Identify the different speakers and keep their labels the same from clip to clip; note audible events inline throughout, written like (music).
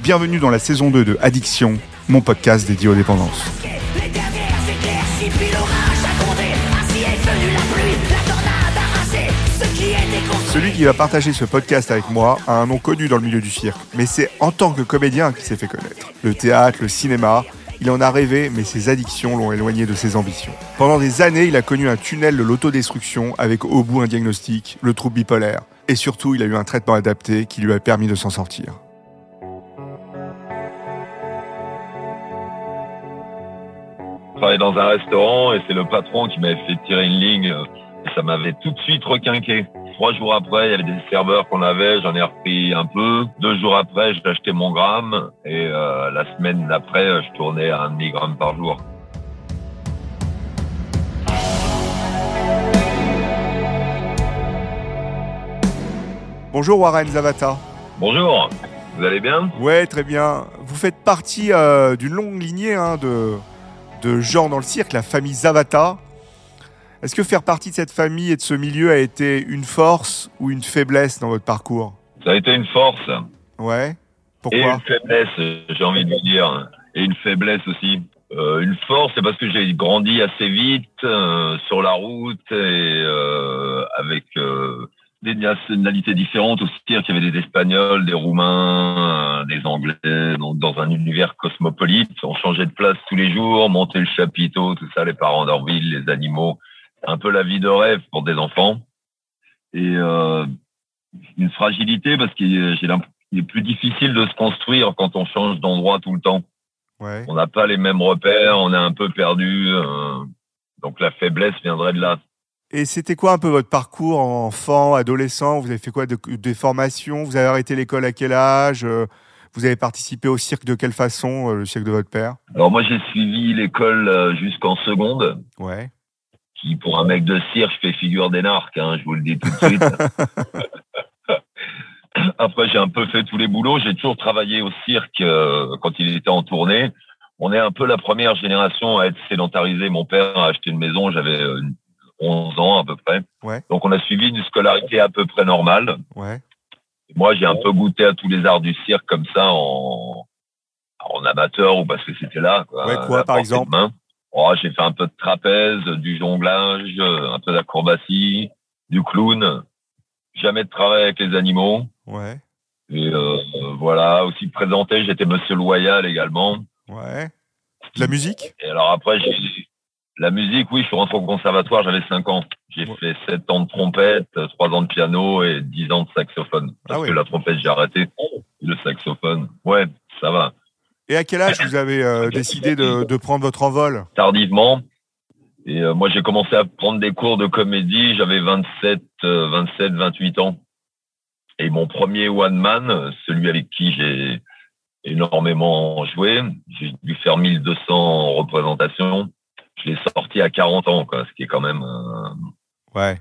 Speaker 1: Bienvenue dans la saison 2 de Addiction, mon podcast dédié aux dépendances.
Speaker 2: Les dernières éclaircies, puis l'orage a grondé. Ainsi est venue la pluie, la tornade a rasé ce qui était construit.
Speaker 1: Celui qui va partager ce podcast avec moi a un nom connu dans le milieu du cirque, mais c'est en tant que comédien qu'il s'est fait connaître. Le théâtre, le cinéma, il en a rêvé, mais ses addictions l'ont éloigné de ses ambitions. Pendant des années, il a connu un tunnel de l'autodestruction avec au bout un diagnostic, le trouble bipolaire. Et surtout, il a eu un traitement adapté qui lui a permis de s'en sortir.
Speaker 3: On travaillait dans un restaurant et c'est le patron qui m'avait fait tirer une ligne. euh, Et ça m'avait tout de suite requinqué. Trois jours après, il y avait des serveurs qu'on avait, j'en ai repris un peu. Deux jours après, j'ai acheté mon gramme et euh, la semaine d'après, euh, je tournais à un demi-gramme par jour.
Speaker 1: Bonjour Warren Zavata.
Speaker 3: Bonjour, vous allez bien
Speaker 1: Ouais, très bien. Vous faites partie euh, d'une longue lignée hein, de, de gens dans le cirque, la famille Zavata. Est-ce que faire partie de cette famille et de ce milieu a été une force ou une faiblesse dans votre parcours
Speaker 3: Ça a été une force
Speaker 1: Ouais.
Speaker 3: et
Speaker 1: Pourquoi
Speaker 3: une faiblesse, j'ai envie de vous dire. Et une faiblesse aussi. Euh, une force, c'est parce que j'ai grandi assez vite euh, sur la route et euh, avec euh, des nationalités différentes. Au cirque, il y avait des Espagnols, des Roumains, euh, des Anglais. Donc, dans un univers cosmopolite, on changeait de place tous les jours, montait le chapiteau, tout ça, les parents d'Orville, les animaux. Un peu la vie de rêve pour des enfants. Et euh, une fragilité parce que j'ai l'impression il est plus difficile de se construire quand on change d'endroit tout le temps.
Speaker 1: Ouais.
Speaker 3: On n'a pas les mêmes repères, on est un peu perdu. euh, donc la faiblesse viendrait de là.
Speaker 1: Et c'était quoi un peu votre parcours en enfant, adolescent Vous avez fait quoi de- des formations Vous avez arrêté l'école à quel âge Euh, Vous avez participé au cirque de quelle façon euh, Le cirque de votre père
Speaker 3: Alors moi j'ai suivi l'école euh, jusqu'en seconde,
Speaker 1: Ouais.
Speaker 3: qui pour un mec de cirque fait figure d'énarque, hein, je vous le dis tout de suite. Après j'ai un peu fait tous les boulots, j'ai toujours travaillé au cirque euh, quand il était en tournée. On est un peu la première génération à être sédentarisé. Mon père a acheté une maison, j'avais euh, 11 ans à peu près.
Speaker 1: Ouais.
Speaker 3: Donc on a suivi une scolarité à peu près normale.
Speaker 1: Ouais.
Speaker 3: Et Moi, j'ai un peu goûté à tous les arts du cirque comme ça en, en amateur ou parce que c'était là. Quoi,
Speaker 1: Ouais, quoi,
Speaker 3: à
Speaker 1: par
Speaker 3: portée de
Speaker 1: exemple
Speaker 3: main. Oh, J'ai fait un peu de trapèze, du jonglage, euh, un peu d'acrobatie, du clown. Jamais de travail avec les animaux.
Speaker 1: Ouais.
Speaker 3: Et euh, euh, voilà, aussi présenté, j'étais Monsieur Loyal également.
Speaker 1: Ouais. De la musique
Speaker 3: Et alors après, j'ai la musique, oui, je suis rentré au conservatoire, j'avais 5 ans. J'ai
Speaker 1: Ouais.
Speaker 3: fait 7 ans de trompette, 3 ans de piano et 10 ans de saxophone.
Speaker 1: Ah
Speaker 3: Parce
Speaker 1: oui.
Speaker 3: que la trompette, j'ai arrêté. Le saxophone, ouais, ça va.
Speaker 1: Et à quel âge vous avez euh,
Speaker 3: (laughs)
Speaker 1: décidé de, de prendre votre envol
Speaker 3: Tardivement. Et euh, moi, j'ai commencé à prendre des cours de comédie, j'avais 27, euh, 27, 28 ans. Et mon premier one man, celui avec qui j'ai énormément joué, j'ai dû faire 1200 représentations. Je l'ai sorti à 40 ans, quoi, ce qui est quand même euh,
Speaker 1: Ouais.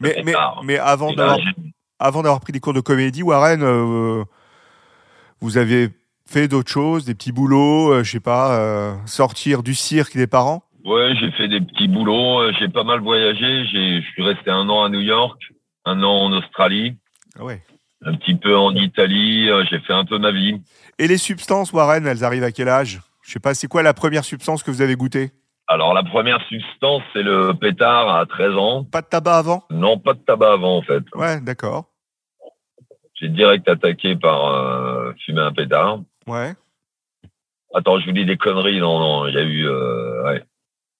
Speaker 1: Mais, mais,
Speaker 3: départ.
Speaker 1: mais avant
Speaker 3: Et là,
Speaker 1: d'avoir
Speaker 3: Eh ben, j'ai-
Speaker 1: avant d'avoir pris des cours de comédie, Warren, euh, vous avez fait d'autres choses, des petits boulots, euh, je sais pas, euh, sortir du cirque des parents
Speaker 3: Ouais, j'ai fait des petits boulots, euh, j'ai pas mal voyagé, j'ai, je suis resté un an à New York, un an en Australie,
Speaker 1: Ah ouais.
Speaker 3: un petit peu en Italie, euh, j'ai fait un peu ma vie.
Speaker 1: Et les substances, Warren, elles arrivent à quel âge Je sais pas, c'est quoi la première substance que vous avez goûtée
Speaker 3: Alors la première substance, c'est le pétard à 13 ans.
Speaker 1: Pas de tabac avant
Speaker 3: Non, pas de tabac avant en fait.
Speaker 1: Ouais, d'accord.
Speaker 3: J'ai direct attaqué par euh, fumer un pétard.
Speaker 1: Ouais.
Speaker 3: Attends, je vous dis des conneries. Non, non, il y a eu. euh, ouais.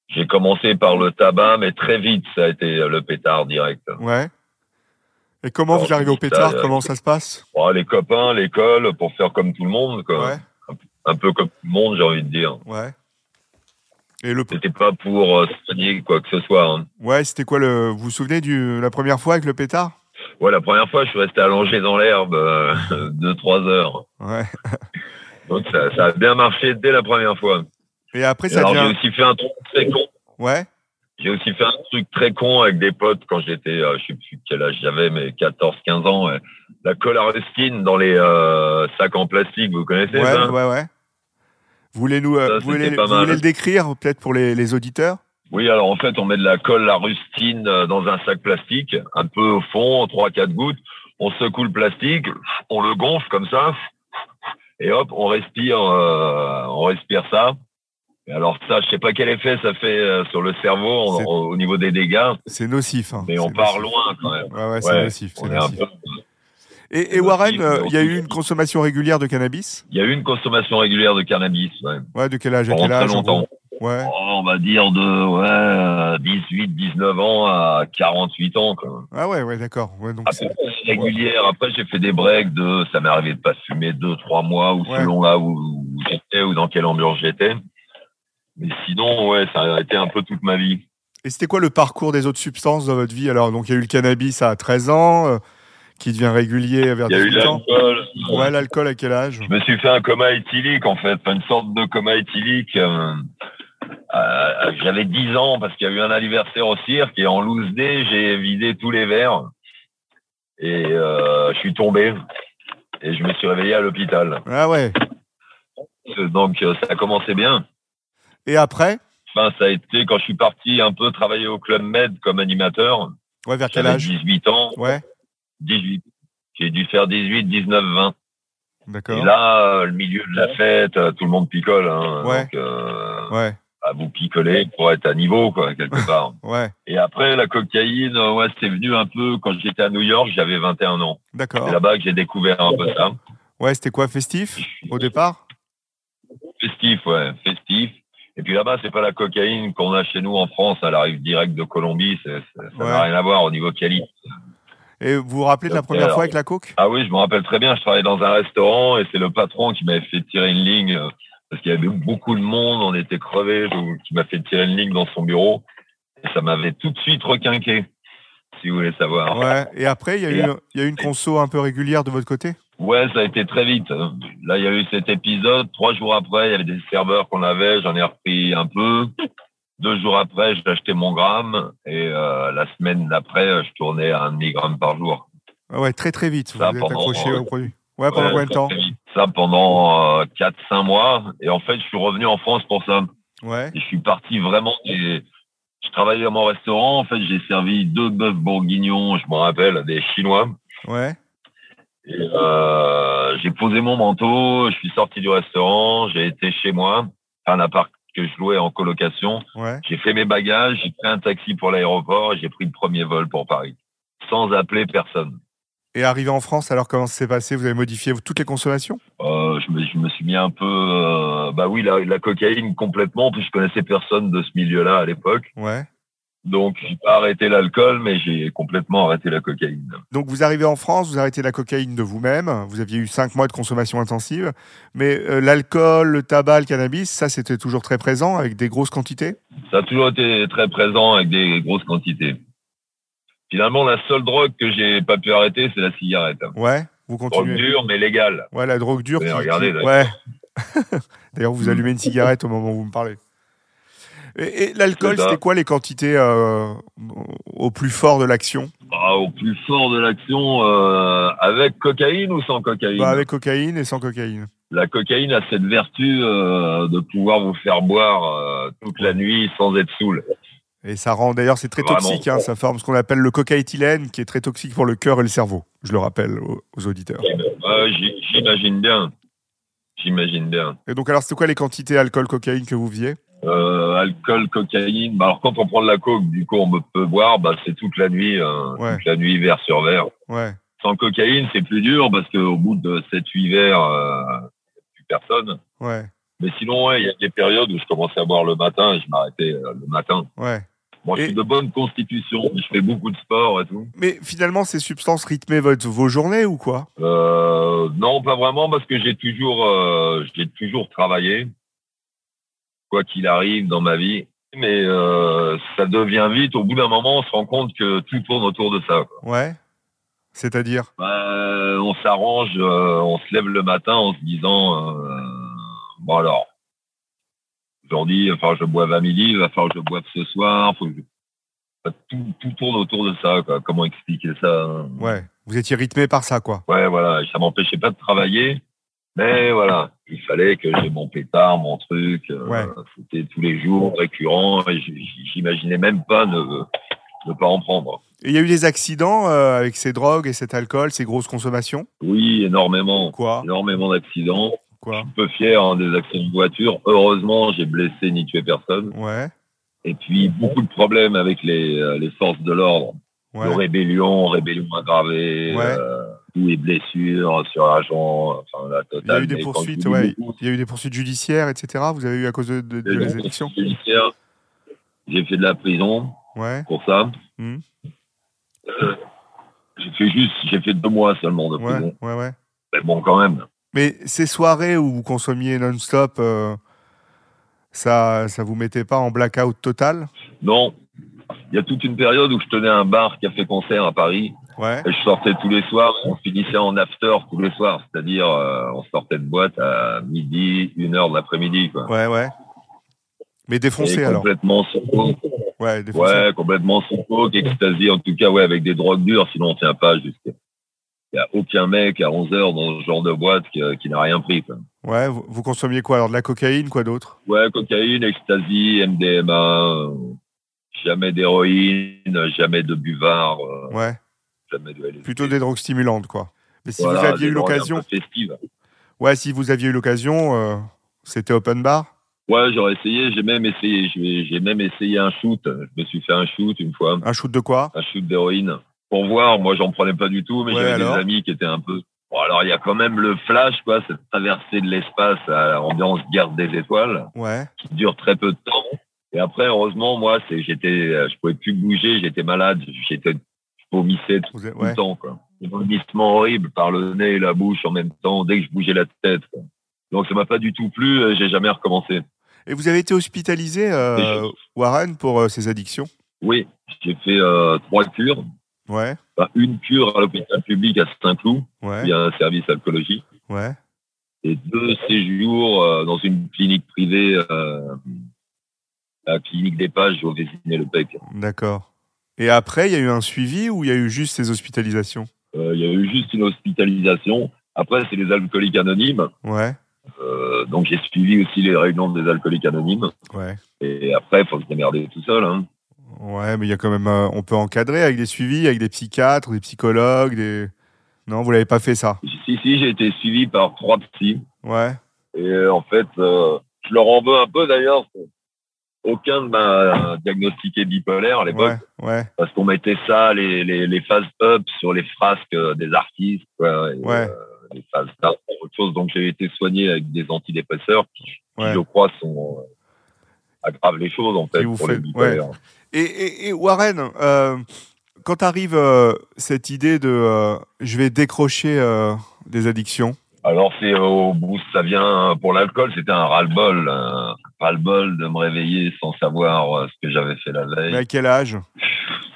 Speaker 3: J'ai commencé par le tabac, mais très vite, ça a été le pétard direct.
Speaker 1: Ouais. Et comment
Speaker 3: Alors,
Speaker 1: vous arrivez au
Speaker 3: putain,
Speaker 1: pétard
Speaker 3: euh,
Speaker 1: Comment ça se passe
Speaker 3: Bon, les copains, l'école, pour faire comme tout le monde, quoi.
Speaker 1: Ouais,
Speaker 3: Un peu comme tout le monde, j'ai envie de dire.
Speaker 1: ouais. Et le
Speaker 3: C'était pas pour euh, soigner quoi que ce soit. hein.
Speaker 1: ouais, c'était quoi le Vous vous souvenez du la première fois avec le pétard
Speaker 3: Ouais, la première fois, je suis resté allongé dans l'herbe euh, (laughs) deux trois heures.
Speaker 1: Ouais.
Speaker 3: Donc ça, ça a bien marché dès la première fois.
Speaker 1: Et après
Speaker 3: Et
Speaker 1: ça
Speaker 3: alors
Speaker 1: devient
Speaker 3: j'ai aussi fait un truc très con.
Speaker 1: ouais,
Speaker 3: J'ai aussi fait un truc très con avec des potes quand j'étais, euh, je sais plus quel âge j'avais, mais 14-15 ans. ouais. La colarestine dans les euh, sacs en plastique, vous connaissez
Speaker 1: ouais,
Speaker 3: ça
Speaker 1: ouais, ouais. Vous voulez nous euh,
Speaker 3: Ça,
Speaker 1: vous voulez,
Speaker 3: c'était pas
Speaker 1: vous voulez
Speaker 3: mal.
Speaker 1: le décrire peut-être pour les, les auditeurs
Speaker 3: Oui, alors en fait, on met de la colle, la rustine euh, dans un sac plastique, un peu au fond, trois, quatre gouttes. On secoue le plastique, on le gonfle comme ça, et hop, on respire, euh, on respire ça. Et alors ça, je sais pas quel effet ça fait euh, sur le cerveau
Speaker 1: C'est-
Speaker 3: en- au niveau des dégâts,
Speaker 1: C'est nocif. hein.
Speaker 3: mais on
Speaker 1: C'est
Speaker 3: part
Speaker 1: nocif.
Speaker 3: loin quand même.
Speaker 1: Ouais, ouais, c'est
Speaker 3: Ouais,
Speaker 1: nocif. c'est
Speaker 3: On est un
Speaker 1: nocif.
Speaker 3: peu-
Speaker 1: Et, et
Speaker 3: c'est
Speaker 1: Warren,
Speaker 3: nocif,
Speaker 1: euh,
Speaker 3: mais
Speaker 1: il y a
Speaker 3: on-
Speaker 1: eu une consommation régulière de cannabis
Speaker 3: Il y a eu une consommation régulière de cannabis ouais,
Speaker 1: Ouais, de quel âge à
Speaker 3: pendant
Speaker 1: quel
Speaker 3: très
Speaker 1: âge en
Speaker 3: longtemps.
Speaker 1: gros Ouais.
Speaker 3: Oh, on va dire de ouais, euh, 18, 19 ans à 48 ans. Quoi.
Speaker 1: Ah ouais, ouais, d'accord. Ouais, donc
Speaker 3: Après,
Speaker 1: c'est-
Speaker 3: c'est régulière. Après, j'ai fait des breaks de, ça m'est arrivé de pas fumer deux, trois mois, ou
Speaker 1: Ouais.
Speaker 3: selon là où, où j'étais, ou dans quelle ambiance j'étais. Mais sinon, ouais, ça a été un peu toute ma vie.
Speaker 1: Et c'était quoi le parcours des autres substances dans votre vie Alors, donc, il y a eu le cannabis à 13 ans, euh, qui devient régulier vers
Speaker 3: Il y a eu
Speaker 1: 18 ans.
Speaker 3: l'alcool.
Speaker 1: Ouais, l'alcool à quel âge
Speaker 3: Je me suis fait un coma éthylique, en fait. Enfin, Une sorte de coma éthylique. euh, euh, J'avais 10 ans parce qu'il y a eu un anniversaire au cirque et en loose day, j'ai vidé tous les verres. Et euh, je suis tombé. Et je me suis réveillé à l'hôpital.
Speaker 1: Ah ouais.
Speaker 3: Donc, euh, ça a commencé bien.
Speaker 1: Et après
Speaker 3: Enfin, Ben, ça a été quand je suis parti un peu travailler au Club Med comme animateur.
Speaker 1: Ouais, vers quel
Speaker 3: J'avais
Speaker 1: âge
Speaker 3: 18 ans,
Speaker 1: Ouais,
Speaker 3: 18. J'ai dû faire 18, 19, 20. Et
Speaker 1: d'accord.
Speaker 3: là, euh, le milieu de la fête, euh, tout le monde picole. Hein,
Speaker 1: Ouais.
Speaker 3: Donc, euh,
Speaker 1: Ouais,
Speaker 3: à vous picoler pour être à niveau, quoi,
Speaker 1: (laughs)
Speaker 3: quelque part.
Speaker 1: ouais,
Speaker 3: Et après, la cocaïne, euh, ouais, c'est venu un peu quand j'étais à New York, j'avais 21 ans. C'est
Speaker 1: d'accord.
Speaker 3: là-bas que j'ai découvert un peu ça.
Speaker 1: Ouais, c'était quoi, festif au départ
Speaker 3: Festif, ouais, festif. Et puis là-bas, c'est pas la cocaïne qu'on a chez nous en France. hein, Elle arrive direct de Colombie. c'est- c'est- ça n'a
Speaker 1: Ouais.
Speaker 3: rien à voir au niveau qualité.
Speaker 1: Et vous vous rappelez de la
Speaker 3: Donc,
Speaker 1: première
Speaker 3: alors-
Speaker 1: fois avec la coke
Speaker 3: Ah oui, je me rappelle très bien, je travaillais dans un restaurant et c'est le patron qui m'avait fait tirer une ligne euh, parce qu'il y avait beaucoup de monde, on était crevés, donc qui m'a fait tirer une ligne dans son bureau et ça m'avait tout de suite requinqué, si vous voulez savoir. Ouais.
Speaker 1: Ouais. Et après, il y, a eu, il y a eu une conso un peu régulière de votre côté
Speaker 3: ça a été très vite. hein. Là, il y a eu cet épisode, trois jours après, il y avait des serveurs qu'on avait, j'en ai repris un peu. Deux jours après, j'ai acheté mon gramme et euh, la semaine d'après, je tournais à un demi-gramme par jour.
Speaker 1: Ah Ouais, très très vite. Vous
Speaker 3: Ça,
Speaker 1: vous êtes
Speaker 3: pendant-
Speaker 1: accroché au produit. Ouais, pendant
Speaker 3: Ouais,
Speaker 1: combien de temps
Speaker 3: j'ai fait Ça pendant euh, 4-5 mois. Et en fait, je suis revenu en France pour ça.
Speaker 1: Ouais,
Speaker 3: Et je suis parti vraiment. des- Je travaillais à mon restaurant. En fait, j'ai servi deux bœufs bourguignons, je me rappelle, à des Chinois.
Speaker 1: ouais,
Speaker 3: Et euh, j'ai posé mon manteau, je suis sorti du restaurant, j'ai été chez moi, un appart que je louais en colocation.
Speaker 1: ouais.
Speaker 3: J'ai fait mes bagages, j'ai pris un taxi pour l'aéroport et j'ai pris le premier vol pour Paris. Sans appeler personne.
Speaker 1: Et arrivé en France, alors comment ça s'est passé Vous avez modifié toutes les consommations
Speaker 3: Euh, je, me, je me suis mis un peu, euh, bah oui, la, la cocaïne complètement, puis je connaissais personne de ce milieu-là à l'époque.
Speaker 1: Ouais.
Speaker 3: Donc j'ai pas arrêté l'alcool, mais j'ai complètement arrêté la cocaïne.
Speaker 1: Donc vous arrivez en France, vous arrêtez la cocaïne de vous-même, vous aviez eu 5 mois de consommation intensive, mais euh, l'alcool, le tabac, le cannabis, ça c'était toujours très présent avec des grosses quantités
Speaker 3: Ça a toujours été très présent avec des grosses quantités. Finalement, la seule drogue que j'ai pas pu arrêter, c'est la cigarette.
Speaker 1: Ouais, vous
Speaker 3: Drogue
Speaker 1: continuez.
Speaker 3: dure, mais légale.
Speaker 1: Ouais, la drogue dure.
Speaker 3: Ouais,
Speaker 1: qui-
Speaker 3: regardez,
Speaker 1: qui-
Speaker 3: là.
Speaker 1: Ouais. (laughs) D'ailleurs, vous
Speaker 3: Mm.
Speaker 1: allumez une cigarette au moment où vous me parlez. Et, et l'alcool,
Speaker 3: C'est ça.
Speaker 1: c'était quoi les quantités euh, au plus fort de l'action
Speaker 3: Ah, au plus fort de l'action, euh, avec cocaïne ou sans cocaïne
Speaker 1: Bah, Avec cocaïne et sans cocaïne.
Speaker 3: La cocaïne a cette vertu euh, de pouvoir vous faire boire euh, toute la nuit sans être saoul.
Speaker 1: Et ça rend, d'ailleurs, c'est très
Speaker 3: Vraiment.
Speaker 1: toxique, hein, ça forme ce qu'on appelle le cocaïthylène, qui est très toxique pour le cœur et le cerveau, je le rappelle aux- aux auditeurs.
Speaker 3: Ouais, j'im- J'imagine bien. J'imagine bien.
Speaker 1: Et donc, alors, c'était quoi les quantités alcool, cocaïne que vous viez
Speaker 3: Euh, alcool, cocaïne. Bah, alors quand on prend de la coke, du coup, on me- peut boire. Bah, c'est toute la nuit, euh,
Speaker 1: Ouais.
Speaker 3: toute la nuit, verre sur verre.
Speaker 1: Ouais,
Speaker 3: Sans cocaïne, c'est plus dur parce qu'au bout de 7-8 verres, euh, y a plus personne.
Speaker 1: ouais.
Speaker 3: Mais sinon, ouais, il y a des périodes où je commençais à boire le matin et je m'arrêtais euh, le matin.
Speaker 1: Ouais.
Speaker 3: Moi, je
Speaker 1: Et-
Speaker 3: suis de bonne constitution, je fais beaucoup de sport et tout.
Speaker 1: Mais finalement, ces substances rythmaient votre, vos journées ou quoi
Speaker 3: Euh, non, pas vraiment, parce que j'ai toujours, euh, j'ai toujours travaillé, quoi qu'il arrive dans ma vie. Mais euh, ça devient vite. Au bout d'un moment, on se rend compte que tout tourne autour de ça. quoi.
Speaker 1: Ouais. C'est-à-dire
Speaker 3: Bah, on s'arrange, euh, on se lève le matin en se disant, euh, bon alors, aujourd'hui, il va falloir que je boive à midi, il va falloir que je boive ce soir. Faut que je- Enfin, tout, tout tourne autour de ça. Quoi. Comment expliquer ça hein
Speaker 1: Ouais. Vous étiez rythmé par ça, quoi.
Speaker 3: Ouais, voilà, ça m'empêchait pas de travailler, mais voilà, il fallait que j'ai mon pétard, mon truc, euh,
Speaker 1: Ouais.
Speaker 3: c'était tous les jours récurrent, et j- j- j'imaginais même pas ne, ne pas en prendre.
Speaker 1: Et il y a eu des accidents euh, avec ces drogues et cet alcool, ces grosses consommations
Speaker 3: Oui, énormément,
Speaker 1: Quoi
Speaker 3: énormément d'accidents,
Speaker 1: Quoi
Speaker 3: peu fier hein, des accidents de voiture, heureusement j'ai blessé ni tué personne,
Speaker 1: Ouais.
Speaker 3: et puis beaucoup de problèmes avec les, euh, les forces de l'ordre, de
Speaker 1: Ouais.
Speaker 3: rébellion, rébellion aggravée,
Speaker 1: Ouais.
Speaker 3: euh, tous les blessures sur l'agent, enfin la totale.
Speaker 1: Il y a eu des
Speaker 3: mais quand
Speaker 1: poursuites,
Speaker 3: je vous dis
Speaker 1: ouais.
Speaker 3: beaucoup,
Speaker 1: Il y a eu des poursuites judiciaires, etc. Vous avez eu à cause de, de- de
Speaker 3: J'ai
Speaker 1: les
Speaker 3: fait
Speaker 1: addictions
Speaker 3: de la judiciaire. J'ai fait de la prison
Speaker 1: Ouais.
Speaker 3: pour ça.
Speaker 1: Mhm.
Speaker 3: Euh, J'ai fait juste, j'ai fait deux mois seulement de prison.
Speaker 1: Ouais. Ouais. Ouais.
Speaker 3: Mais bon, quand même.
Speaker 1: Mais ces soirées où vous consommiez non-stop, euh, ça, ça vous mettait pas en blackout total
Speaker 3: Non, il y a toute une période où je tenais un bar café-concert à Paris
Speaker 1: Ouais.
Speaker 3: et je sortais tous les soirs. On finissait en after tous les soirs, c'est-à-dire euh, on sortait de boîte à midi, une heure de l'après-midi, quoi.
Speaker 1: Ouais, ouais. Mais
Speaker 3: Et
Speaker 1: défoncé alors.
Speaker 3: complètement sans coke.
Speaker 1: Ouais, défoncé.
Speaker 3: Ouais, complètement sans coke, ecstasy, en tout cas, ouais, avec des drogues dures, sinon on tient pas jusqu'à. Il n'y a aucun mec à 11 heures dans ce genre de boîte qui, qui n'a rien pris. quoi.
Speaker 1: Ouais, vous, vous consommiez quoi alors De la cocaïne, quoi d'autre
Speaker 3: Ouais, cocaïne, ecstasy, MDMA, euh, jamais d'héroïne, jamais de buvard, euh,
Speaker 1: Ouais,
Speaker 3: jamais de LSD.
Speaker 1: plutôt des drogues stimulantes, quoi. Mais si
Speaker 3: Voilà,
Speaker 1: vous aviez
Speaker 3: des
Speaker 1: eu
Speaker 3: drogues un
Speaker 1: l'occasion,
Speaker 3: peu festives.
Speaker 1: ouais, si vous aviez eu l'occasion, euh, c'était open bar.
Speaker 3: Ouais, j'aurais essayé, j'ai même essayé, j'ai j'ai même essayé un shoot. Je me suis fait un shoot une fois,
Speaker 1: Un shoot de quoi
Speaker 3: un shoot d'héroïne. Pour voir, moi j'en prenais pas du tout, mais
Speaker 1: Ouais,
Speaker 3: j'avais des
Speaker 1: alors
Speaker 3: amis qui étaient un peu. Bon, alors il y a quand même le flash, quoi, cette traversée de l'espace à ambiance garde des étoiles.
Speaker 1: Ouais,
Speaker 3: qui dure très peu de temps. Et après, heureusement, moi, c'est, j'étais, euh, je pouvais plus bouger, j'étais malade, j'étais, je vomissais tout,
Speaker 1: vous êtes-
Speaker 3: tout
Speaker 1: ouais.
Speaker 3: le temps, quoi. Des vomissements horribles par le nez et la bouche en même temps, dès que je bougeais la tête, quoi. Donc, ça m'a pas du tout plu, euh, j'ai jamais recommencé.
Speaker 1: Et vous avez été hospitalisé, euh, Warren, pour euh, ces addictions
Speaker 3: Oui, j'ai fait euh, trois cures.
Speaker 1: Ouais,
Speaker 3: Enfin, une cure à l'hôpital public à Saint-Cloud,
Speaker 1: ouais,
Speaker 3: via un service alcoologique,
Speaker 1: ouais,
Speaker 3: et deux séjours euh, dans une clinique privée, euh, la clinique des pages au Vésinet-le-Pec.
Speaker 1: d'accord. Et après, il y a eu un suivi ou il y a eu juste ces hospitalisations
Speaker 3: Euh, Il y a eu juste une hospitalisation. Après, c'est les alcooliques anonymes.
Speaker 1: Ouais,
Speaker 3: Euh, donc, j'ai suivi aussi les réunions des alcooliques anonymes.
Speaker 1: ouais,
Speaker 3: Et après, il faut se démerder tout seul. Hein.
Speaker 1: ouais, mais il y a quand même, euh, on peut encadrer avec des suivis, avec des psychiatres, des psychologues, des. Non, vous l'avez pas fait ça.
Speaker 3: Si, si, j'ai été suivi par trois psys.
Speaker 1: Ouais,
Speaker 3: Et euh, en fait, euh, je leur en veux un peu d'ailleurs. Aucun ne m'a diagnostiqué bipolaire à l'époque.
Speaker 1: ouais, ouais,
Speaker 3: Parce qu'on mettait ça, les, les, les phases up sur les frasques euh, des artistes. quoi, et,
Speaker 1: ouais,
Speaker 3: euh, les phases down sur autre chose. Donc, j'ai été soigné avec des antidépresseurs qui, qui,
Speaker 1: ouais.
Speaker 3: je crois, sont euh, aggravent les choses en fait
Speaker 1: vous
Speaker 3: pour
Speaker 1: fait-
Speaker 3: les bipolaires.
Speaker 1: Et, et- et Warren, euh, quand arrive euh, cette idée de euh, je vais décrocher euh, des addictions,
Speaker 3: Alors c'est euh, au bout, ça vient euh, pour l'alcool, c'était un ras-le-bol, euh, un ras-le-bol de me réveiller sans savoir euh, ce que j'avais fait la veille.
Speaker 1: mais à quel âge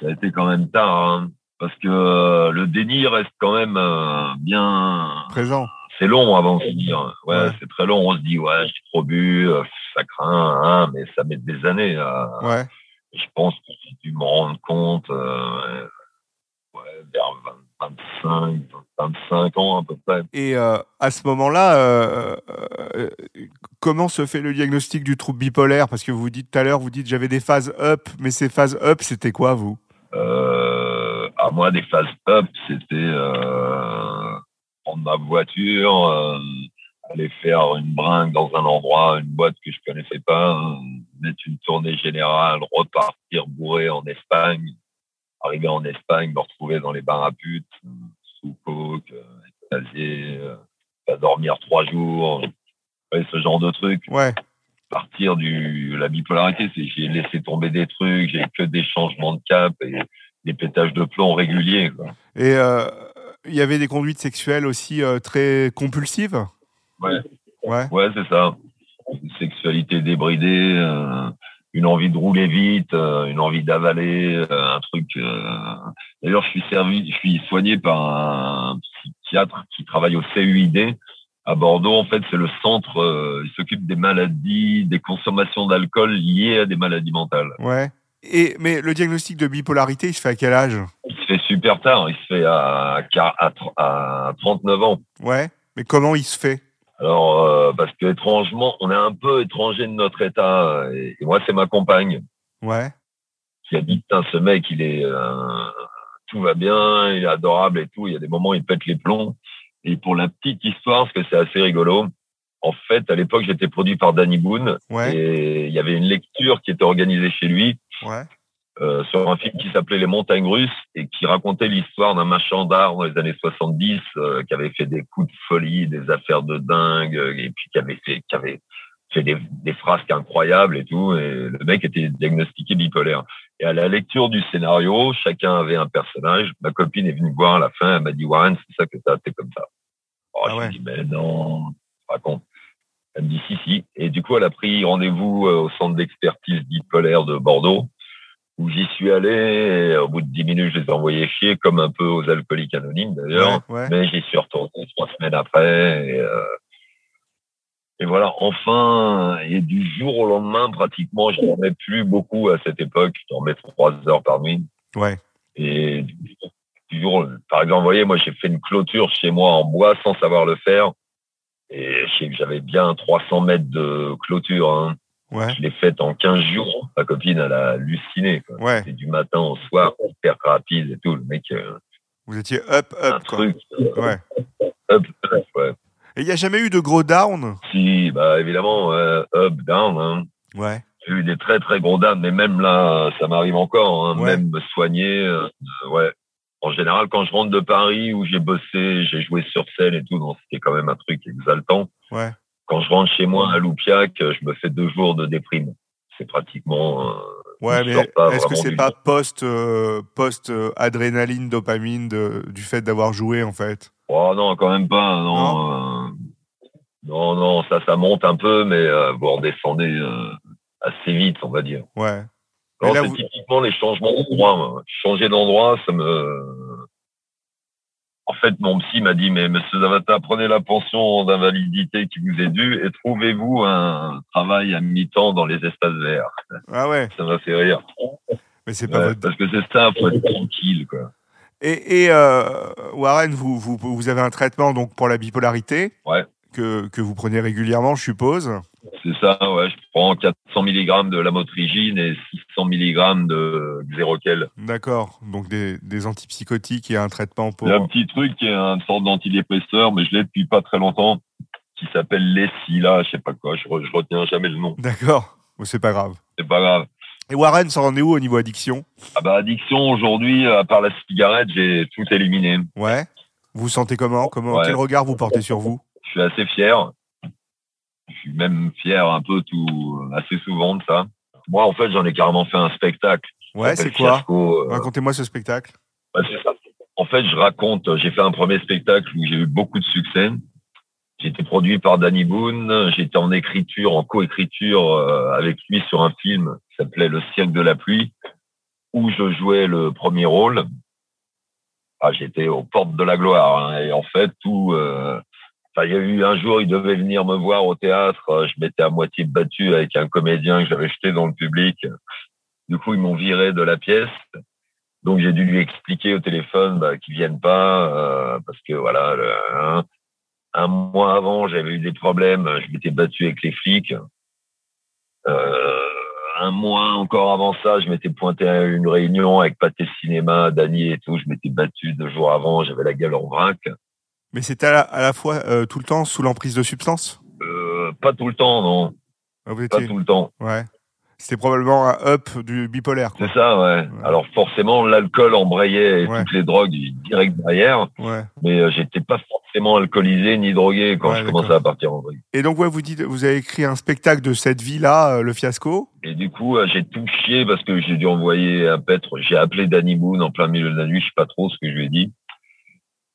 Speaker 3: Ça a été quand même tard, hein, parce que euh, le déni reste quand même euh, bien.
Speaker 1: Présent.
Speaker 3: C'est long avant de se dire. Ouais,
Speaker 1: Ouais.
Speaker 3: c'est très long. On se dit ouais, j'ai trop bu, euh, ça craint, hein, mais ça met des années. à-
Speaker 1: Ouais,
Speaker 3: je pense que j'ai dû me rendre compte euh, ouais, vers 20, 25, 25 ans à peu près.
Speaker 1: Et euh, à ce moment-là, euh, euh, euh, comment se fait le diagnostic du trouble bipolaire Parce que vous dites tout à l'heure, vous dites j'avais des phases up, mais ces phases up, c'était quoi vous
Speaker 3: Euh, à moi, des phases up, c'était euh, prendre ma voiture, euh, aller faire une brinque dans un endroit, une boîte que je connaissais pas, euh, mettre une tournée générale, repartir bourré en Espagne, arriver en Espagne, me retrouver dans les bars à putes, euh, sous coke, euh, extasié, euh, pas dormir trois jours. ouais, ce genre de truc.
Speaker 1: Ouais.
Speaker 3: Partir du la bipolarité, c'est j'ai laissé tomber des trucs, j'ai que des changements de cap et des pétages de plomb réguliers. Quoi.
Speaker 1: Et euh, il y avait des conduites sexuelles aussi euh, très compulsives
Speaker 3: Ouais.
Speaker 1: Ouais.
Speaker 3: Ouais, c'est ça. Une sexualité débridée, euh, une envie de rouler vite, euh, une envie d'avaler, euh, un truc. euh. D'ailleurs, je suis servi, je suis soigné par un psychiatre qui travaille au CUID à Bordeaux. En fait, c'est le centre. euh, il s'occupe des maladies, des consommations d'alcool liées à des maladies mentales.
Speaker 1: Ouais. Et, mais le diagnostic de bipolarité, il se fait à quel âge
Speaker 3: Il se fait super tard. Il se fait à, quar- à, tr- à 39 ans.
Speaker 1: Ouais. Mais comment il se fait
Speaker 3: Alors, euh, parce que étrangement, on est un peu étranger de notre état. Et, et moi, c'est ma compagne
Speaker 1: Ouais.
Speaker 3: qui a dit, putain, ce mec, il est, euh, tout va bien, il est adorable et tout. Il y a des moments, il pète les plombs. Et pour la petite histoire, parce que c'est assez rigolo, en fait, à l'époque, j'étais produit par Danny Boone
Speaker 1: Ouais.
Speaker 3: et il y avait une lecture qui était organisée chez lui
Speaker 1: Ouais.
Speaker 3: euh, sur un film qui s'appelait Les Montagnes Russes et qui racontait l'histoire d'un marchand d'art dans les années 70 euh, qui avait fait des coups de folie, des affaires de dingue euh, et puis qui avait fait, qui avait fait des, des frasques incroyables et tout. Et le mec était diagnostiqué bipolaire. Et à la lecture du scénario, chacun avait un personnage. Ma copine est venue me voir à la fin, elle m'a dit Warren, c'est ça que t'as, t'es comme ça. Oh,
Speaker 1: Ah
Speaker 3: je lui
Speaker 1: ouais.
Speaker 3: dis mais non, raconte. Elle me dit si si. Et du coup, elle a pris rendez-vous euh, au centre d'expertise bipolaire de Bordeaux où j'y suis allé. Et au bout de dix minutes, je les ai envoyés chier, comme un peu aux alcooliques anonymes d'ailleurs.
Speaker 1: Ouais. ouais.
Speaker 3: Mais j'y suis retourné trois semaines après. Et, euh, et voilà, enfin, et du jour au lendemain, pratiquement, je dormais plus beaucoup à cette époque. Je dormais trois heures par nuit.
Speaker 1: Ouais.
Speaker 3: Et du jour- du jour, par exemple, vous voyez, moi, j'ai fait une clôture chez moi en bois sans savoir le faire. Et je sais que j'avais bien 300 mètres de clôture. hein.
Speaker 1: Ouais.
Speaker 3: Je l'ai faite en 15 jours. Ma copine, elle a halluciné. quoi.
Speaker 1: Ouais.
Speaker 3: C'est du matin au soir, hyper rapide et tout. Le mec, euh,
Speaker 1: Vous étiez up,
Speaker 3: un
Speaker 1: up, quoi.
Speaker 3: truc. euh,
Speaker 1: Ouais.
Speaker 3: Up, up, ouais.
Speaker 1: Et il n'y a jamais eu de gros down
Speaker 3: Si, bah évidemment, euh, up, down. hein.
Speaker 1: Ouais.
Speaker 3: J'ai eu des très très gros dames, mais même là, ça m'arrive encore. hein.
Speaker 1: Ouais.
Speaker 3: Même me soigner, euh, euh, ouais. En général, quand je rentre de Paris où j'ai bossé, j'ai joué sur scène et tout, donc c'était quand même un truc exaltant.
Speaker 1: Ouais.
Speaker 3: Quand je rentre chez moi à Loupiac, euh, je me fais deux jours de déprime. C'est pratiquement. euh,
Speaker 1: Ouais,
Speaker 3: Je
Speaker 1: mais
Speaker 3: sors pas
Speaker 1: est-ce que
Speaker 3: vraiment
Speaker 1: c'est
Speaker 3: du
Speaker 1: pas post, euh, post euh, adrénaline, dopamine de- du fait d'avoir joué en fait
Speaker 3: Oh non, quand même pas. Non, euh, non, non, ça, ça monte un peu, mais euh, vous redescendez euh, assez vite, on va dire.
Speaker 1: Ouais. Mais
Speaker 3: Non,
Speaker 1: là,
Speaker 3: c'est
Speaker 1: vous-
Speaker 3: typiquement les changements d'endroit. moi. Changer d'endroit, ça me. En fait, mon psy m'a dit, mais monsieur Zavata, prenez la pension d'invalidité qui vous est due et trouvez-vous un travail à mi-temps dans les espaces verts.
Speaker 1: Ah ouais.
Speaker 3: Ça m'a fait rire.
Speaker 1: Ah Mais c'est pas
Speaker 3: Ouais,
Speaker 1: votre.
Speaker 3: parce que c'est ça, faut être tranquille, quoi.
Speaker 1: Et, et, euh, Warren, vous, vous, vous avez un traitement donc pour la bipolarité
Speaker 3: Ouais.
Speaker 1: que, que vous prenez régulièrement, je suppose.
Speaker 3: C'est ça, ouais. Je prends 400 mg de lamotrigine et 600 mg de Xeroquel.
Speaker 1: D'accord. Donc des, des antipsychotiques et un traitement pour. euh,
Speaker 3: Il y a un petit truc qui est une sorte d'antidépresseur, mais je l'ai depuis pas très longtemps, qui s'appelle l'Essila, je sais pas quoi. Je, re- je retiens jamais le nom.
Speaker 1: D'accord. Bon, c'est pas grave.
Speaker 3: C'est pas grave.
Speaker 1: Et Warren, ça en est où au niveau addiction
Speaker 3: Ah bah, addiction, aujourd'hui, à part la cigarette, j'ai tout éliminé.
Speaker 1: Ouais. Vous vous sentez comment, comment
Speaker 3: Ouais.
Speaker 1: Quel regard vous portez sur vous
Speaker 3: Je suis assez fier. Je suis même fier un peu tout, assez souvent de ça. Moi, en fait, j'en ai carrément fait un spectacle.
Speaker 1: Ouais,
Speaker 3: Ça
Speaker 1: c'est
Speaker 3: s'appelle
Speaker 1: quoi
Speaker 3: Fiasco, euh,
Speaker 1: Racontez-moi ce spectacle.
Speaker 3: Ouais, c'est ça. En fait, je raconte, euh, j'ai fait un premier spectacle où j'ai eu beaucoup de succès. J'ai été produit par Danny Boone, j'étais en écriture, en coécriture euh, avec lui sur un film qui s'appelait Le siècle de la pluie, où je jouais le premier rôle. Ah, j'étais aux portes de la gloire. hein, et en fait, tout... euh, Enfin, il y a eu un jour, il devait venir me voir au théâtre. euh, Je m'étais à moitié battu avec un comédien que j'avais jeté dans le public. Du coup, ils m'ont viré de la pièce. Donc j'ai dû lui expliquer au téléphone bah, qu'ils viennent pas euh, parce que voilà le- un, un mois avant j'avais eu des problèmes, je m'étais battu avec les flics. Euh, un mois encore avant ça, je m'étais pointé à une réunion avec Pathé Cinéma, Dany et tout, je m'étais battu deux jours avant, j'avais la gueule en vrac.
Speaker 1: Mais c'était à la, à la fois euh, tout le temps sous l'emprise de substances
Speaker 3: Euh, pas tout le temps non,
Speaker 1: Ah, Vous
Speaker 3: pas
Speaker 1: étiez.
Speaker 3: tout le temps.
Speaker 1: Ouais. C'était probablement un up du bipolaire. Quoi.
Speaker 3: C'est ça, ouais. Alors forcément, l'alcool embrayait et
Speaker 1: Ouais.
Speaker 3: toutes les drogues direct derrière,
Speaker 1: Ouais.
Speaker 3: mais euh, j'étais pas forcément alcoolisé ni drogué quand
Speaker 1: Ouais,
Speaker 3: je commençais
Speaker 1: d'accord.
Speaker 3: à partir en vrille.
Speaker 1: Et donc, ouais, vous dites, vous avez écrit un spectacle de cette vie-là, euh, le fiasco.
Speaker 3: Et du coup, euh, j'ai tout chié parce que j'ai dû envoyer à Petre, j'ai appelé Danny Boone en plein milieu de la nuit, je sais pas trop ce que je lui ai dit.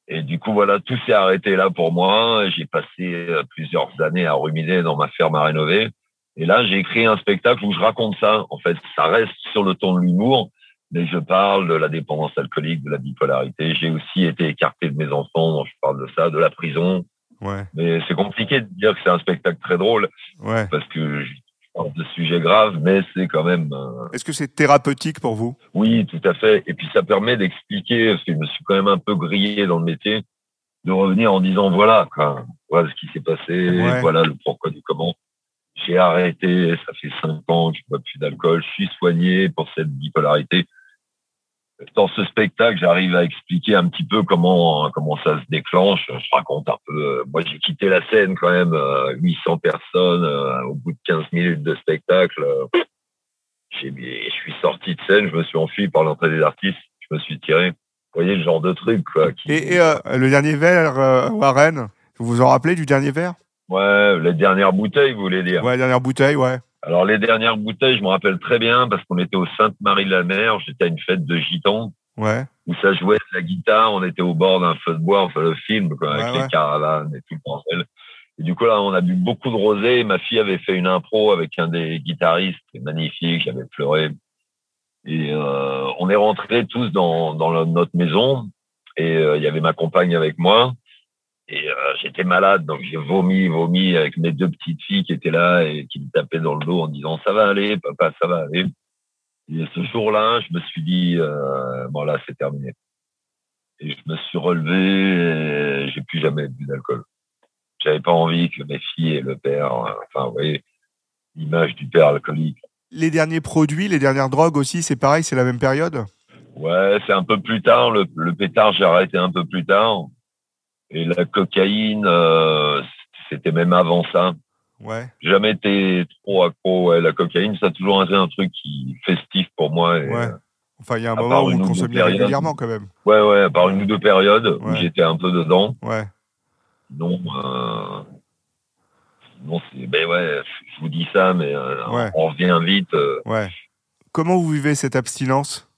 Speaker 3: Et du coup, voilà, tout s'est arrêté là pour moi. J'ai passé euh, plusieurs années à ruminer dans ma ferme à rénover. Et là, j'ai écrit un spectacle où je raconte ça. En fait, ça reste sur le ton de l'humour, mais je parle de la dépendance alcoolique, de la bipolarité. J'ai aussi été écarté de mes enfants, donc je parle de ça, de la prison.
Speaker 1: Ouais,
Speaker 3: Mais c'est compliqué de dire que c'est un spectacle très drôle
Speaker 1: ouais.
Speaker 3: parce que je parle de sujets graves, mais c'est quand même, euh,
Speaker 1: Est-ce que c'est thérapeutique pour vous
Speaker 3: oui, tout à fait. Et puis ça permet d'expliquer, parce que je me suis quand même un peu grillé dans le métier, de revenir en disant voilà, quoi, voilà ce qui s'est passé,
Speaker 1: Ouais.
Speaker 3: voilà le pourquoi du comment. J'ai arrêté, ça fait cinq ans que je bois plus d'alcool, je suis soigné pour cette bipolarité. Dans ce spectacle, j'arrive à expliquer un petit peu comment comment ça se déclenche. Je raconte un peu. euh, Moi, j'ai quitté la scène quand même. euh, 800 personnes euh, au bout de 15 minutes de spectacle. euh, j'ai mis- je suis sorti de scène, je me suis enfui par l'entrée des artistes, je me suis tiré. Vous voyez le genre de truc, quoi. qui-
Speaker 1: Et, et, euh, le dernier verre, euh, Warren, vous vous en rappelez du dernier verre
Speaker 3: Ouais, les dernières bouteilles, vous voulez dire.
Speaker 1: Ouais, la dernière bouteille, ouais.
Speaker 3: Alors, les dernières bouteilles, je me rappelle très bien parce qu'on était au Sainte-Marie-de-la-Mer, j'étais à une fête de gitans
Speaker 1: Ouais,
Speaker 3: où ça jouait de la guitare, on était au bord d'un feu de bois, enfin, le film, quoi, avec
Speaker 1: Ouais,
Speaker 3: les
Speaker 1: ouais.
Speaker 3: caravanes et tout le bordel. Et du coup, là, on a bu beaucoup de rosé. et Ma fille avait fait une impro avec un des guitaristes, c'était magnifique, j'avais pleuré. Et euh, on est rentrés tous dans, dans la- notre maison, et euh, il y avait ma compagne avec moi. Et euh, j'étais malade, donc j'ai vomi, vomi avec mes deux petites filles qui étaient là et qui me tapaient dans le dos en disant « ça va aller, papa, ça va aller ». Et ce jour-là, je me suis dit, euh, bon là, c'est terminé. Et je me suis relevé, et j'ai plus jamais bu d'alcool. J'avais pas envie que mes filles et le père, euh, enfin, vous voyez, l'image du père alcoolique.
Speaker 1: Les derniers produits, les dernières drogues aussi, c'est pareil, c'est la même période
Speaker 3: Ouais, c'est un peu plus tard. Le, le pétard, j'ai arrêté un peu plus tard. Et la cocaïne, euh, c'était même avant ça.
Speaker 1: Ouais,
Speaker 3: Jamais été trop accro. Ouais, la cocaïne, ça a toujours été un truc qui festif pour moi. Et, euh,
Speaker 1: ouais. Enfin, il y a un
Speaker 3: à
Speaker 1: moment
Speaker 3: part
Speaker 1: où vous
Speaker 3: une
Speaker 1: le
Speaker 3: ou deux
Speaker 1: consommiez
Speaker 3: périodes.
Speaker 1: régulièrement quand même.
Speaker 3: Ouais, ouais, à part une ou deux périodes où
Speaker 1: Ouais.
Speaker 3: j'étais un peu dedans.
Speaker 1: Ouais,
Speaker 3: Non, euh, non, c'est, ben ouais, je vous dis ça, mais euh,
Speaker 1: Ouais.
Speaker 3: on revient vite. euh,
Speaker 1: ouais. Comment vous vivez cette abstinence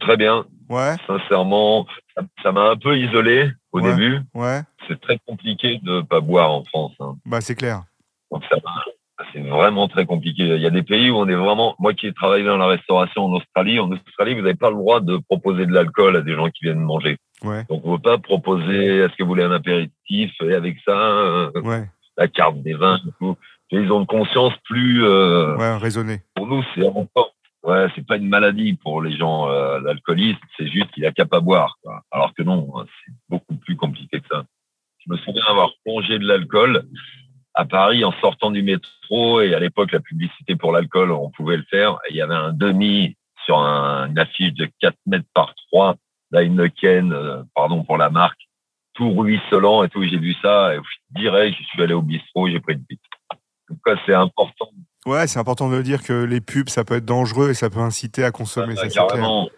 Speaker 3: très bien,
Speaker 1: Ouais,
Speaker 3: sincèrement, ça, ça m'a un peu isolé au
Speaker 1: Ouais.
Speaker 3: début.
Speaker 1: ouais.
Speaker 3: C'est très compliqué de pas boire en France. hein.
Speaker 1: Bah, c'est clair.
Speaker 3: Donc ça m'a- c'est vraiment très compliqué. Il y a des pays où on est vraiment, moi qui ai travaillé dans la restauration en Australie, en Australie, vous n'avez pas le droit de proposer de l'alcool à des gens qui viennent manger.
Speaker 1: Ouais,
Speaker 3: Donc on ne peut pas proposer, est-ce que vous voulez un apéritif et avec ça, euh,
Speaker 1: ouais,
Speaker 3: la carte des vins, du coup. Et Ils ont une conscience plus. euh,
Speaker 1: ouais, raisonner.
Speaker 3: Pour nous, c'est encore. Ouais, c'est pas une maladie pour les gens euh, l'alcoolisme, c'est juste qu'il a qu'à pas boire. quoi. Alors que non, hein, c'est beaucoup plus compliqué que ça. Je me souviens avoir plongé de l'alcool à Paris en sortant du métro et à l'époque la publicité pour l'alcool, on pouvait le faire. Et il y avait un demi sur un- une affiche de 4 mètres par 3 d'Heineken, euh, pardon pour la marque, tout ruisselant et tout. J'ai vu ça et pff, direct, je suis allé au bistrot, j'ai pris une bite. Donc quoi, c'est important
Speaker 1: Ouais, c'est important de dire que les pubs, ça peut être dangereux et ça peut inciter à consommer, ça,
Speaker 3: euh,
Speaker 1: c'est clair.
Speaker 3: carrément.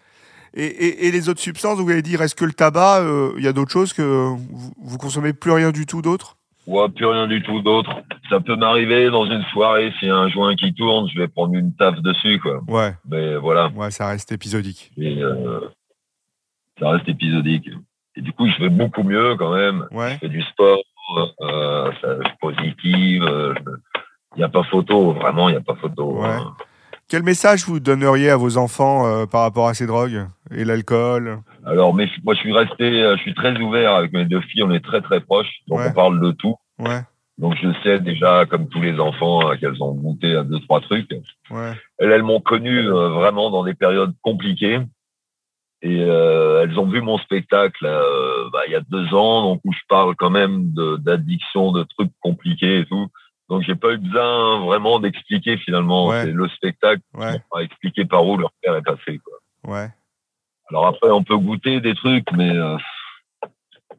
Speaker 1: Et, et- et les autres substances, vous allez dire, est-ce que le tabac, euh, il y a d'autres choses que vous, vous consommez plus rien du tout d'autre
Speaker 3: Ouais, plus rien du tout d'autre. Ça peut m'arriver dans une soirée, s'il y a un joint qui tourne, je vais prendre une taf dessus, quoi.
Speaker 1: Ouais,
Speaker 3: Mais voilà,
Speaker 1: ouais, ça reste épisodique.
Speaker 3: Et, euh, ça reste épisodique. Et du coup, je vais beaucoup mieux quand même.
Speaker 1: Ouais,
Speaker 3: Je fais du sport, euh, ça, je suis positive. Il n'y a pas photo, vraiment, il n'y a pas photo.
Speaker 1: Ouais.
Speaker 3: hein.
Speaker 1: Quel message vous donneriez à vos enfants euh, par rapport à ces drogues et l'alcool
Speaker 3: Alors, mais moi, je suis resté, euh, je suis très ouvert avec mes deux filles, on est très très proches, donc
Speaker 1: Ouais.
Speaker 3: on parle de tout.
Speaker 1: Ouais,
Speaker 3: Donc, je sais déjà, comme tous les enfants, euh, qu'elles ont goûté à deux, trois trucs.
Speaker 1: ouais,
Speaker 3: Elles, elles m'ont connu euh, vraiment dans des périodes compliquées. Et euh, elles ont vu mon spectacle euh, bah, il y a deux ans, donc où je parle quand même de- d'addiction, de, trucs compliqués et tout. Donc j'ai pas eu besoin vraiment d'expliquer finalement.
Speaker 1: Ouais.
Speaker 3: C'est le spectacle
Speaker 1: ouais,
Speaker 3: on va expliquer par où leur père est passé. Quoi.
Speaker 1: ouais,
Speaker 3: Alors après on peut goûter des trucs, mais euh,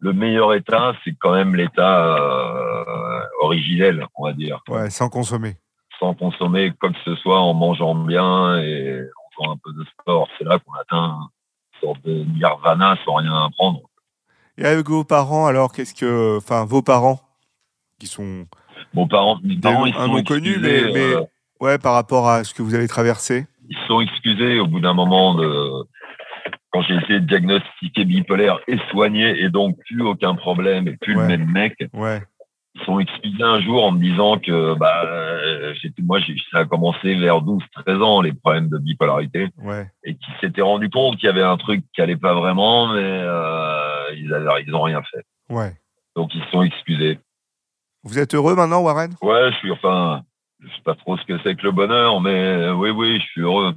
Speaker 3: le meilleur état c'est quand même l'état euh, originel, on va dire,
Speaker 1: ouais, sans consommer.
Speaker 3: sans consommer quoi que ce soit, en mangeant bien et en faisant un peu de sport. C'est là qu'on atteint une sorte de nirvana sans rien apprendre.
Speaker 1: Et avec vos parents, alors, qu'est-ce que. Enfin, vos parents, qui sont.
Speaker 3: Mon parent, mes parents, ils
Speaker 1: un
Speaker 3: sont
Speaker 1: mot connu,
Speaker 3: excusés,
Speaker 1: mais- mais-
Speaker 3: euh,
Speaker 1: Ouais, par rapport à ce que vous avez traversé.
Speaker 3: ils sont excusés au bout d'un moment de quand j'ai été diagnostiqué bipolaire et soigné et donc plus aucun problème et plus
Speaker 1: Ouais.
Speaker 3: le même mec.
Speaker 1: Ouais.
Speaker 3: Ils sont excusés un jour en me disant que bah euh, j'étais moi j'ai ça a commencé vers 12 13 ans les problèmes de bipolarité
Speaker 1: Ouais.
Speaker 3: et qui s'étaient rendu compte qu'il y avait un truc qui allait pas vraiment mais euh, ils avaient ils ont rien fait.
Speaker 1: Ouais.
Speaker 3: Donc ils sont excusés.
Speaker 1: Vous êtes heureux maintenant, Warren
Speaker 3: Ouais, je suis enfin je sais pas trop ce que c'est que le bonheur mais euh, oui oui, je suis heureux.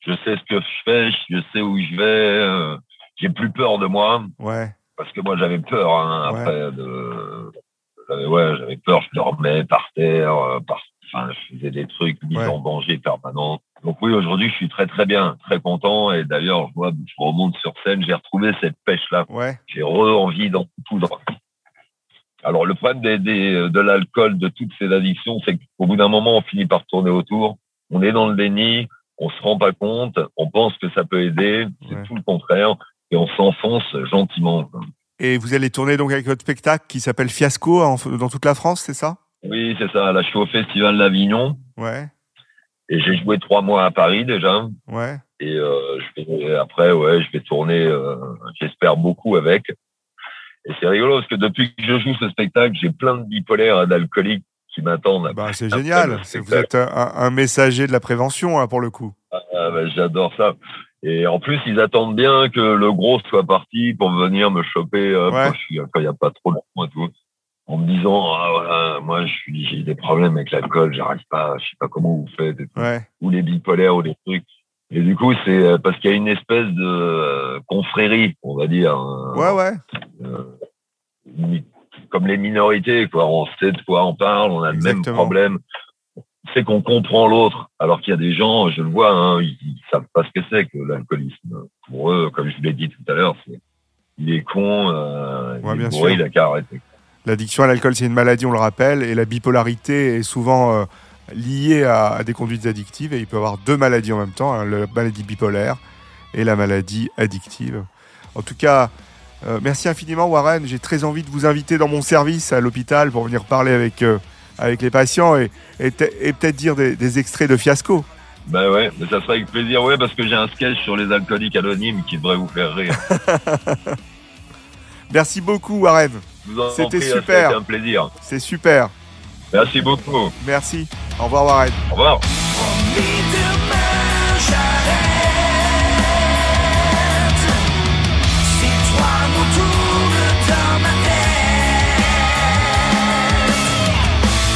Speaker 3: Je sais ce que je fais, je sais où je vais, euh, j'ai plus peur de moi.
Speaker 1: Ouais.
Speaker 3: parce que moi j'avais peur hein,
Speaker 1: Ouais.
Speaker 3: après de j'avais ouais j'avais peur je dormais par terre euh, par enfin je faisais des trucs mis
Speaker 1: Ouais.
Speaker 3: en danger permanent donc oui aujourd'hui je suis très très bien très content et d'ailleurs je vois je remonte sur scène j'ai retrouvé cette pêche là
Speaker 1: Ouais.
Speaker 3: j'ai re envie d'en poudre alors le problème des, des- euh, de l'alcool de toutes ces addictions c'est qu'au bout d'un moment on finit par tourner autour on est dans le déni on se rend pas compte on pense que ça peut aider c'est
Speaker 1: Ouais.
Speaker 3: tout le contraire et on s'enfonce gentiment quoi.
Speaker 1: Et vous allez tourner donc avec votre spectacle qui s'appelle Fiasco en- dans toute la France, c'est ça
Speaker 3: Oui, c'est ça. Là, je suis au Festival d'Avignon
Speaker 1: Ouais.
Speaker 3: et j'ai joué trois mois à Paris déjà.
Speaker 1: Ouais.
Speaker 3: Et euh, je vais, après, ouais, je vais tourner, euh, j'espère, beaucoup avec. Et c'est rigolo parce que depuis que je joue ce spectacle, j'ai plein de bipolaires et d'alcooliques qui m'attendent.
Speaker 1: Bah, c'est
Speaker 3: Après,
Speaker 1: génial.
Speaker 3: le
Speaker 1: C'est- Vous
Speaker 3: spectacle.
Speaker 1: êtes un, un- un messager de la prévention, hein, pour le coup.
Speaker 3: Ah, bah, J'adore ça. Et en plus, ils attendent bien que le gros soit parti pour venir me choper euh,
Speaker 1: Ouais.
Speaker 3: quand je suis- quand il n'y a pas trop de temps et tout. En me disant, ah, voilà, moi, je suis- j'ai des problèmes avec l'alcool, j'arrive pas, je sais pas comment vous faites. et tout.
Speaker 1: Ouais.
Speaker 3: ou les bipolaires ou les trucs. Et du coup, c'est euh, parce qu'il y a une espèce de euh, confrérie, on va dire, hein,
Speaker 1: Ouais, ouais.
Speaker 3: mi- comme les minorités, quoi. On sait de quoi on parle, on a le même
Speaker 1: Exactement.
Speaker 3: problème. C'est qu'on comprend l'autre, alors qu'il y a des gens, je le vois, hein, ils, ils savent pas ce que c'est que l'alcoolisme. Pour eux, comme je vous l'ai dit tout à l'heure, c'est il est con, euh,
Speaker 1: Ouais,
Speaker 3: il
Speaker 1: bien
Speaker 3: est bourré,
Speaker 1: sûr.
Speaker 3: il a qu'à arrêter.
Speaker 1: L'addiction à l'alcool, c'est une maladie, on le rappelle, et la bipolarité est souvent euh, liée à, à des conduites addictives, et il peut y avoir deux maladies en même temps, hein, la maladie bipolaire et la maladie addictive. En tout cas, euh, merci infiniment Warren, j'ai très envie de vous inviter dans mon service à l'hôpital pour venir parler avec, euh, avec les patients et, et te- et peut-être dire des, des extraits de fiasco.
Speaker 3: Ben ouais, mais ça serait avec plaisir, ouais, parce que j'ai un sketch sur les alcooliques anonymes qui devrait vous faire
Speaker 1: (laughs)
Speaker 3: rire.
Speaker 1: Merci beaucoup Warren,
Speaker 3: Je vous en
Speaker 1: C'était
Speaker 3: prie, ça a été
Speaker 1: super.
Speaker 3: un plaisir.
Speaker 1: c'est super.
Speaker 3: Merci beaucoup.
Speaker 1: Merci, au revoir Warren.
Speaker 3: Au revoir.
Speaker 2: Et demain j'arrête C'est toi mon tour dans ma tête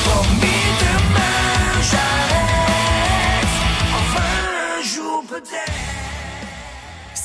Speaker 2: Promis demain j'arrête Enfin un jour peut-être